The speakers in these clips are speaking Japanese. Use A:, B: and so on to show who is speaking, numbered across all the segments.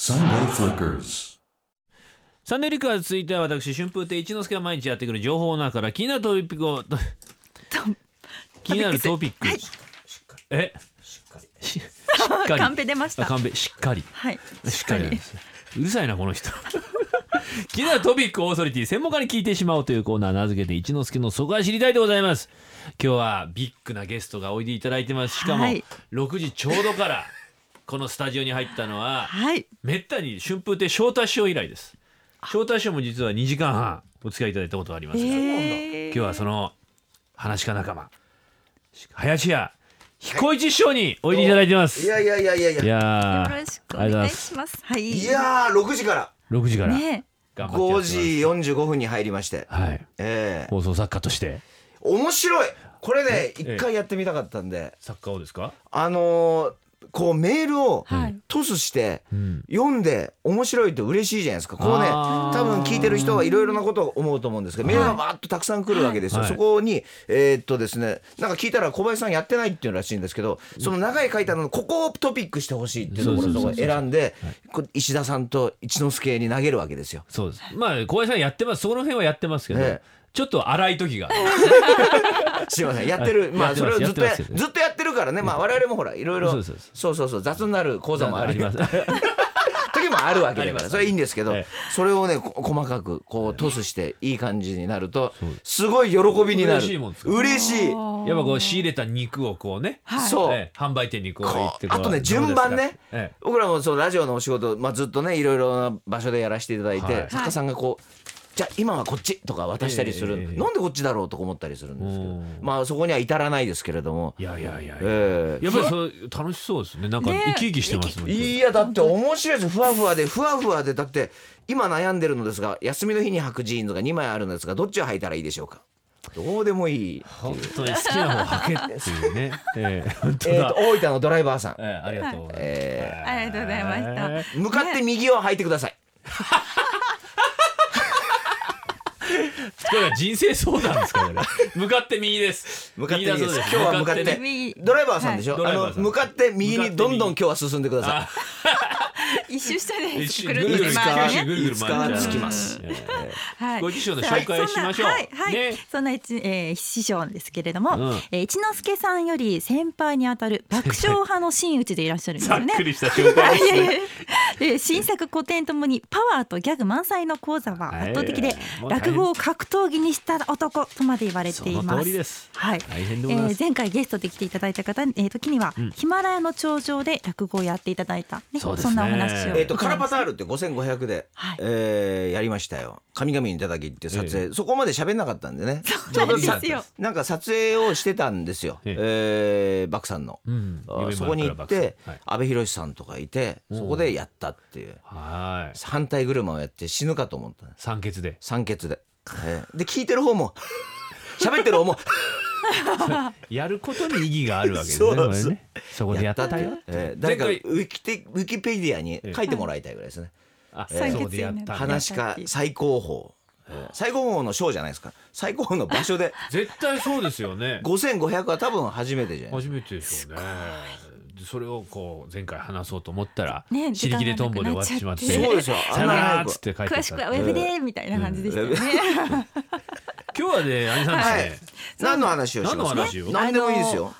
A: Sunday Flickers.
B: サンデーリックは続いては私春風亭一之輔が毎日やってくる情報の中から気になるトピックを気になるトピック、
C: はい
B: えしっかり
C: カンペ出まし
B: あ
C: た
B: カンペしっかり
C: はい
B: しっかりなんですうるさいなこの人 気になるトピックオーソリティ専門家に聞いてしまおうというコーナー名付けて一之輔のそこは知りたいでございます今日はビッグなゲストがおいでいただいてますしかも
C: はい
B: 6時ちょうどからこのスタジオに入ったのは
C: はい
B: めったに春風亭昇太師匠以来です昇太師匠も実は2時間半お付き合いいただいたことがありますが、
C: えー
B: 今日はその話し家仲間林家彦一師匠においでいただいてます、
D: いやいやいやいやいや
B: い、
D: いや
B: やー
C: よろしくお願いしますはい
D: ー6時から
B: 6時から
C: ね
B: 頑張ってや
D: 5
B: ってます
D: 時45分に入りまして、
B: はい
D: ええ
B: 放送作家として
D: 面白いこれね
B: え
D: 一回やってみたかったんで、
B: 作家をですか
D: あのーこうメールを
C: はい
D: トスして
B: うん
D: 読んで面白いと嬉しいじゃないですかこうね
B: あー
D: 多分聞いてる人はいろいろなことを思うと思うんですけどメールがバーッとたくさん来るわけですよ、
B: はい
D: そこにえーっとですねなんか聞いたら小林さんやってないっていうらしいんですけどその長い書いてあるのここをトピックしてほしいっていうところ
B: そうそう
D: と
B: そう
D: か
B: そう
D: 選んでこう石田さんと一之輔に投げるわけですよ。
B: そうですまあ小林さんやってますそこの辺はやってますけど、
D: ええ
B: ちょっと荒い時がある
D: すいませんやってる、
B: い
D: ま
B: やっ
D: あ
B: て
D: そ
B: ま
D: れ
B: す
D: をずっと
B: や
D: や
B: ってますよ
D: ずっとやってるからねまあ我々もほらいろいろ
B: そ
D: そ
B: そ
D: うう
B: うそう
D: そうそう雑になる講座もあり
B: ます
D: 時もあるわけ
B: あり
D: だ
B: ま
D: か
B: す
D: らそれはいいんですけど
B: ええ
D: それをねこ細かくこうトスしていい感じになると
B: そう
D: すごい喜びになる
B: 嬉しいもんですか
D: 嬉しい
B: やっぱこう仕入れた肉をこうね、
C: はい
D: そう
B: ええ販売店にこう行って
D: こうあとね順番ね
B: ええ
D: 僕らもそうラジオのお仕事、まあ、ずっとねいろいろな場所でやらせていただいて、
B: はい
D: 作家さんがこう「じゃあ今はこっち」とか渡したりする、
B: ええ
D: なんでこっちだろうとか思ったりするんです
B: お
D: けど
B: ー
D: まあそこには至らないですけれども。
B: いやいやいやいや、
D: ええ
B: やっぱりそう楽しそうですねなんか
C: ね
B: 生き生きしてますもん
D: いやだって面白いですふわふわでふわふわでだって今悩んでるのですが休みの日に履くジーンズが2枚あるのですがどっちを履いたらいいでしょうかどうでもいい、
B: 本当に好きな方履けっていうね、え え本当
D: えー、
B: だ
D: と、大分のドライバーさん
B: え、えありがとうございます、
D: え
C: ありがとうございました
B: え
D: ー向かって右を履いてください
B: えこれは人生相談ですかこれ向かって右です
D: 向かって右です
B: 右だ
D: 今
B: そう
D: 日は向かっ
B: 向かって
C: 右
D: てドライバーさんでしょ、
B: はいド
D: あ
B: ライバー
D: の
B: さん
D: 向かって右にどんどん今日は進んでください
C: 一周したね
B: 一周ぐ
C: くる
B: るぐ
C: って
B: る
C: 回
B: 回
C: る
B: し
C: ね
B: ぐるぐる回っちゃう
D: いつかは着きます
B: ええ
C: はい
B: ご師匠の紹介をしましょう
C: はい、はい
B: ね
C: そんな一、えー、師匠ですけれども、
B: うん
C: えー一之輔さんより先輩にあたる爆笑派の真打ちでいらっしゃるんです
B: ざ
C: よ
B: っ
C: ね
B: く。りした紹介ですね
C: で新作古典ともにパワーとギャグ満載の講座は圧倒的で
B: えー
C: 落語を格闘技にした男とまで言われてい
B: そ
C: ます。
B: の通りです
C: はい。
B: 大変でございます
C: えー前回ゲストで来ていただいた方に、えー時には、ヒマラヤの頂上で落語をやっていただいた、ね
B: そうですね
C: んなお話を。
D: えっとカラパタールって5500で、
C: はい
D: えーやりましたよ神々にいただきって撮影、
B: え
D: そこまで喋んなかったんでね
C: そうなんですよ
D: ちょうどさなんか撮影をしてたんですよ、
B: え
D: え
B: え
D: ーバクさんの、
B: うん
D: あーそこに行って、阿部寛さんとかいてそこでやったっていう
B: はい
D: 反対車をやって死ぬかと思った
B: 酸欠で
D: 酸欠で、えーで聞いてる方も 喋ってる方も
B: やることに意義があるわけですね
D: そうそう
B: これねそこでやったよ
D: っていうえー誰かウ
B: 前回
D: ィキテウィキペディアに書いてもらいたいぐらいですね、
B: あ
C: 酸欠
B: そこでやった
C: になる
D: 話か最高峰えー最高峰の賞じゃないですか最高峰の場 所で
B: 絶対そうですよね
D: 5500は多分初めてじゃない
B: 初めてでしょうねでそれをこう前回話そうと思ったら
C: ね
B: 自力でトンボで終わってしまって
C: 時間
D: そうですよ
B: さよならっつって書いてあ
C: 詳
B: っ
C: したくはウェブでみたいな感じでしたよね。
B: 今日はねあれなん
D: は
B: で
D: い
B: すね
D: 何の話をし
B: 何の
D: ます
B: 話を
D: ね何でもいいですよ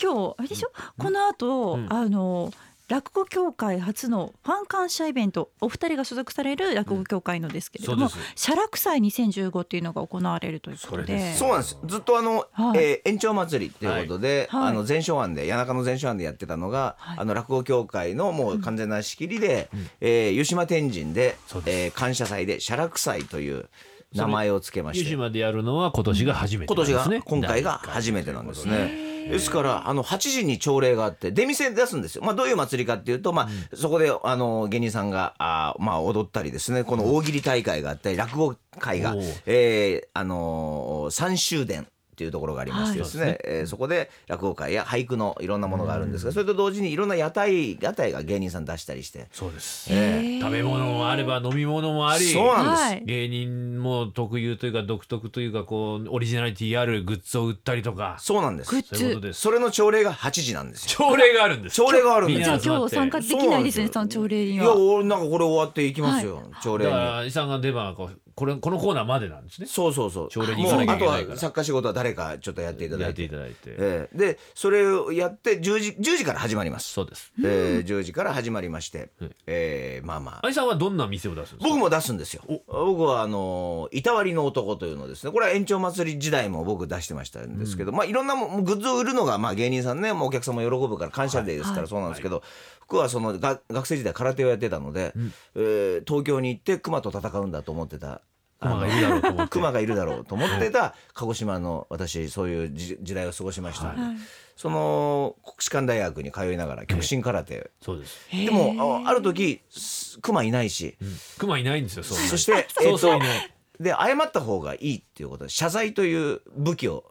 C: 今日あれでしょ、この後、あの落語協会初のファン感謝イベントお二人が所属される落語協会のですけれども、
B: うんそうです
C: 写楽祭2015っていうのが行われるということ
B: それ
C: で
B: で
D: そうなんですずっとあの、
C: はい
D: えー延長祭りっていうことで、
C: はいはい
D: あの前哨案で谷中の前哨案でやってたのが、
C: はい
D: あの落語協会のもう完全な仕切りで、えー湯島天神で
B: そうで
D: えー感謝祭で写楽祭という名前をつけまし
B: 湯
D: て
B: 島でやるのは今年が初めて
D: 今
B: なん
D: 年
B: ですね
D: が今回が初めてなんですね。ですからあの8時に朝礼があって出店出すんですよ、まあ、どういう祭りかっていうと、まあ、そこであの芸人さんがあー、まあ、踊ったりですねこの大喜利大会があったり落語会が
B: おー、
D: えーあのー三終殿。っていうところがありましてですね、
B: はい
D: えーそこで落語会や俳句のいろんなものがあるんですが、それと同時にいろんな屋台屋台が芸人さん出したりして、
B: そうです、
D: え
B: 食べ物もあれば飲み物もあり
D: そうなんです、
C: はい
B: 芸人も特有というか独特というかこうオリジナリティあるグッズを売ったりとか
D: そうなんで
C: グッ
D: す
C: ズ
B: そういうことです
D: それの朝礼が8時なんですよ
B: 朝礼があるんです
D: 朝礼があるんで
B: みん
D: す
B: な
D: よ
B: で
C: 今日参加できないですね、
D: そ
C: その朝礼
D: い
C: に
D: や
C: は。
D: 俺なんかこれ終わっていきますよ、朝礼
B: だか
D: に
B: ら伊さんが出番はこうこれこのコーナーまでなんですね
D: そうそうそう
B: 朝礼に行
D: も
B: かな
D: う
B: きゃ
D: あ
B: いけ
D: と
B: ないから
D: は作家仕事は誰かちょっとやっていただ
B: やっ
D: い
B: てい
D: て
B: ただいて、
D: ええでそれをやって10時 ,10 時から始まります、
B: そうです
D: ええ10時から始まりまして、ええまあまあ
B: 愛さんはどんな店を出すんですか
D: 僕も出すんですよ僕はあの「いたわりの男」というのですねこれは延長祭り時代も僕出してましたんですけど、まあいろんなもんグッズを売るのがまあ芸人さんねもうお客さんも喜ぶから感謝デーですからそうなんですけど、僕はそのが学生時代空手をやってたので、えー東京に行って熊と戦うんだと思ってた。
B: 熊がいるだろうと思って
D: 熊がいるだろうと思ってた鹿児島の私そういう時時代を過ごしましたので、
C: はい
D: その国士舘大学に通いながら極真空手、
B: そうです
D: でもあある時す熊いないし、
B: 熊いないんですよそ
D: そしてて、え
B: そう
D: っ
B: そうい
D: と
B: ない、
D: で、謝った方がいいっていうことで、謝罪という武 器を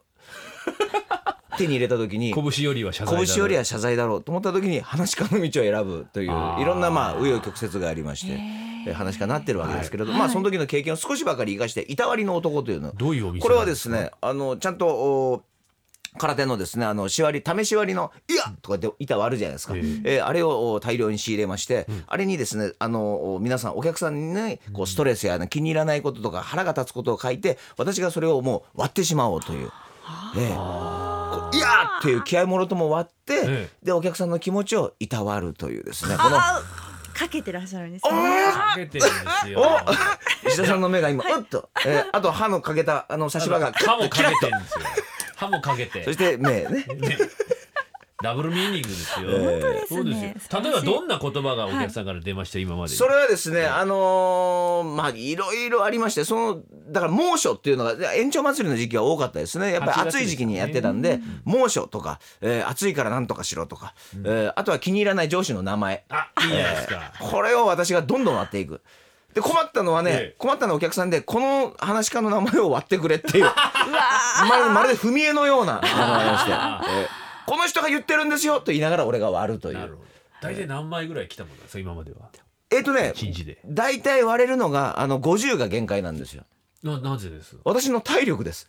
D: 手に入れたときに、
B: 拳よりは謝罪だろう
D: 拳よりは謝罪だろうと思ったときに、話し家の道を選ぶという
B: あ、ー
D: いろんなまあ、紆余曲折がありまして、え話し家になってるわけですけれど、まあ、その時の経験を少しばかり生かして、いたわりの男というの。
B: どういうお店
D: これはですすね、あの、ちゃんと、お空手のですねあのしわり試し割りの「いや!」とかって板割るじゃないですか、
B: え
D: え
B: え
D: ーあれをお大量に仕入れまして、あれにですねあのお皆さんお客さんにねこうストレスや気に入らないこととか腹が立つことを書いて私がそれをもう割ってしまおうという。ええこういやーっていう気合いもろとも割って、
B: え
D: でお客さんの気持ちをいたわるというですねこの
C: かけてらっしゃるんですね。
B: かけてるんですよ
D: 石田さんの目が 今、うっと、えーあと歯のかけたあの差し歯が
B: 歯も
D: キラ
B: か
D: ッ
B: け
D: と
B: てるんですよ歯もかけて
D: そして目ね
B: ダブルミーニングですよ。
D: 本当
C: ですね
B: そうですよ。例えばどんな言葉がお客さんから出ました、今までに。
D: それはですね、あのーまあいろいろありましてそのだから猛暑っていうのがで延長祭りの時期は多かったですねやっぱ
B: 8
D: り
B: 月
D: 暑い時期にやってたんで猛暑とか、えー暑いからなんとかしろとか、えーあとは気に入らない上司の名前
B: あ、いいじゃないですか。
D: これを私がどんどん割っていく。で困ったのはね、
B: ええ
D: 困ったのはお客さんでこの話し家の名前を割ってく れっていうまるまるで踏み絵のような名前をして、ええこの人が言ってるんですよと言いながら俺が割るとい
B: なる
D: う
B: ほど。大体何枚ぐらい来たものなんですか、今までは。
D: えっ、とね
B: 一日で。
D: 大体割れるのがあの50が限界なんですよ
B: な、なぜです。
D: 私の体力です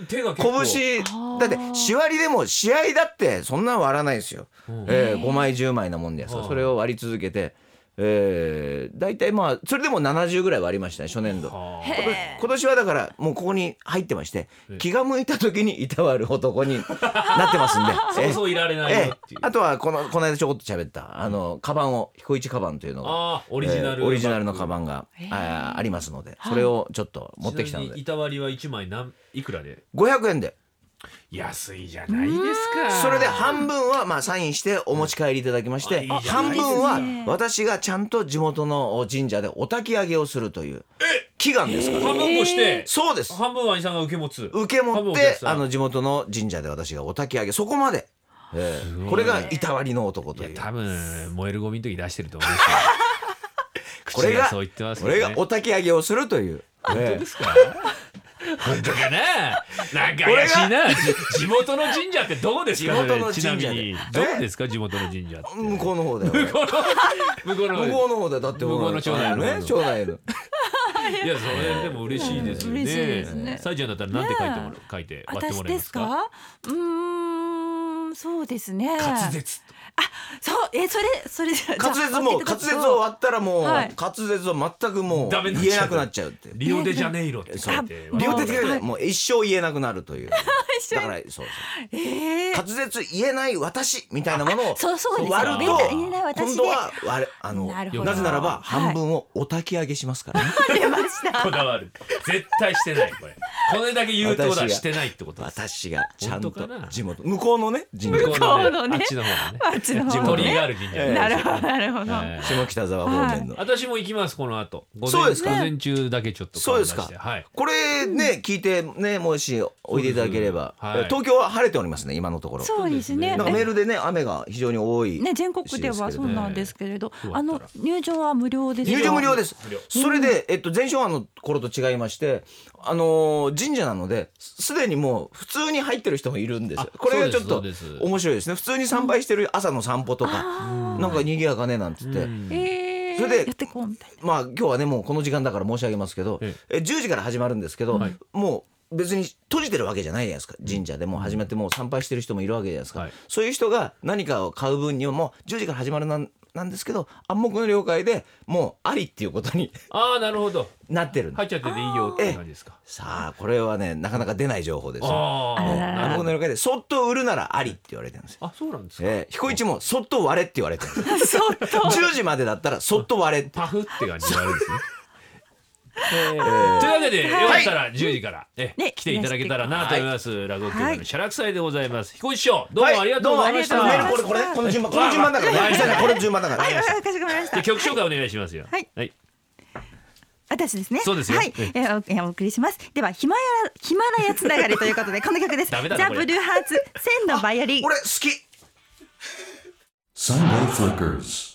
B: え手が結構。
D: 拳
C: ー
D: だって仕割りでも試合だってそんな割らないですよ、
B: うん
D: えー、5枚10枚なもんですか
B: は
D: ら
B: あ
D: それを割り続けて、えー、大体まあそれでも70ぐらい割りましたね初年度
B: は
C: へえ
D: 今年はだからもうここに入ってまして
B: え
D: 気が向いた時にいたわる男になってますんで
B: あ。。 そうそういられない
D: え
B: よって
D: え
B: いう。
D: あとはこのこの間ちょこっと喋ったあのカバンを彦一カバンというのが
B: ああ、オリジナル、
D: えーオリジナルのカバ
B: ン。
D: ンが、
C: へー
D: あーありますのでそれをちょっと持ってきたの
B: ちなみに
D: で
B: 板割りは一枚なん、いくらで。
D: 500円で
B: 安いじゃないですか。
D: それで半分はまあサインしてお持ち帰りいただきまし
B: あい
D: て
B: いじゃない
D: 半分
C: いいですね
D: は私がちゃんと地元の神社でお焚き上げをするという祈願ですから
B: 半分もして。
D: そうです
B: 半分は伊さんが受け持つ。
D: 受け
B: 半分
D: 持っ
B: お客
D: て
B: さん
D: あの地元の神社で私がお焚き上げそこまで、えー
B: すごい
D: これがいたわりの男
B: い
D: と
B: や
D: いう
B: 多分燃えるゴミの時出してると思うんですよ
D: これ
B: 口が
D: が
B: そう言ってます
D: こ
B: よね
D: れがお焚き上げをするという。えー
B: ですか本当かななんか
D: こ
B: 怪
D: れ
B: しい
D: が
B: なじ地元の神社ってどこですか
D: 地元の
B: それ
D: 神
B: ち
D: 社で
B: なみにどこですか地元の神社って
D: 向こうの方だよ
B: 向こうの向こうの
D: 向こうの方だよだって
B: 向こうの町内の
D: ね町内の
B: いやそれでも嬉しいですよね
C: 嬉しいですね
B: さいちゃんだったらなんて書いてもらう書いて割っても
C: 私
B: らえ
C: で
B: ますすか
C: か。うーん、そうですね。
B: 滑舌
C: そう、え、それ、それじゃ。
D: 滑舌
C: じゃ
D: も
C: あ
D: 滑舌を。割ったらもう
C: はい
D: 滑舌を全くもう
B: ダメになっちゃう
D: 言えなくなっちゃうって
B: リオデジャネイロって書いて
C: そう
D: 両
B: 割っ
D: 手
B: て
D: で
B: もらえます
C: はい
D: もう一生言えなくなるという
C: 生
D: だからそうそう
C: ええ
D: 滑舌言えない私みたいなものを
C: そうそうです。
D: 割る
B: そう
D: と
B: か
C: 言えない
D: 今
C: 私で
D: 度。は割れあの
C: なる
B: ほど
D: なぜな
C: は
D: らば
C: い
D: 半分をお焚き上げしますからね
C: 出ました。
B: こだわる絶対してないこれこれだけ言うってことは
D: 私が
B: してないってことです
D: 私がちゃんと
B: 本当かな
D: 地元向こうのね地
B: 向
D: 元
B: こう
C: 向こ
B: の
C: うの
B: ねあ
C: ね
B: っちの方のね
C: あっちの
B: 地
C: 方
B: 元
C: ね
B: にある神社
D: ええ
C: なるほど、なるほど。
B: ええ
D: 下北沢方面の
B: 私も行きますこの後午前
D: そうですか
B: 午前中だけちょっと
D: そうですか
B: 顔出してはい
D: これね聞いてねもしおいでいただければ
B: そうですはい
D: 東京は晴れておりますね今のところ
C: そうですね。
D: なんかメールでね雨が非常に多い
C: ね、全国ではそうなんですけれど、
B: ね
C: あの入場は無料ですよ。
D: 入場無料です
B: 無料。
D: それで、えっと、前哨案の頃と違いまして、あのー神社なのですすでにもう普通に入ってる人もいるんですよ
B: あ
D: これがちょっ
B: そ
D: と
B: うですそうです
D: 面白いですね普通に参拝してる朝の散歩とか、
C: あ
D: なんか賑やかねなんつって、
B: うん
C: ーえー、
D: それで
C: やってこうみたい
D: まあ今日はねもうこの時間だから申し上げますけど、
B: え
D: え10時から始まるんですけど、
B: はい
D: もう別に閉じてるわけじゃないじゃないですか神社でもう始まってもう参拝してる人もいるわけじゃないですか、
B: はい
D: そういう人が何かを買う分にはもう10時から始まるなんなんですけど暗黙の了解でもうありっていうことに
B: ああなるほど
D: なってるんで
B: 入っちゃってていいよっていう感じですか
D: さあこれはねなかなか出ない情報ですよ
B: あ
C: あらら
B: あ
D: 暗
B: なる
D: 黙
B: ほ
D: の
B: ど
D: 了解でそっと売るならありって言われてるんですよ、
B: あそうなんですか
D: えー彦一もそっと割れって言われ てるんですよ
C: な そう
D: 10時までだったらそっと割れって
B: パフって感じになるんですねえーというわけで、よかったら10時から、え
C: ね
B: 来ていただけたらなと思います。落語協会
C: は
B: の
C: い
B: シャラク祭でございます。彦一師匠、どうもありがとうございました。
C: は
D: メ
C: い
D: ール
C: どうもありがとうございました
D: これこれこの順番この順番だから
B: はい
D: ね。下ねこれ順番だから
C: はい、
D: ね
C: わ。かりました。
B: 曲紹介お願いしますよ。
C: はい
B: はい。
C: 私ですね。
B: そうですよ
C: はい、
B: ええ
C: えーおえーお送りします。では、ヒマラヒマラヤつながりということで、この曲です。
B: ダメだな
C: ザ
B: これ
C: ブルーハーツ、千のバイオリン。
D: 俺好き。
A: Sunday Flickers.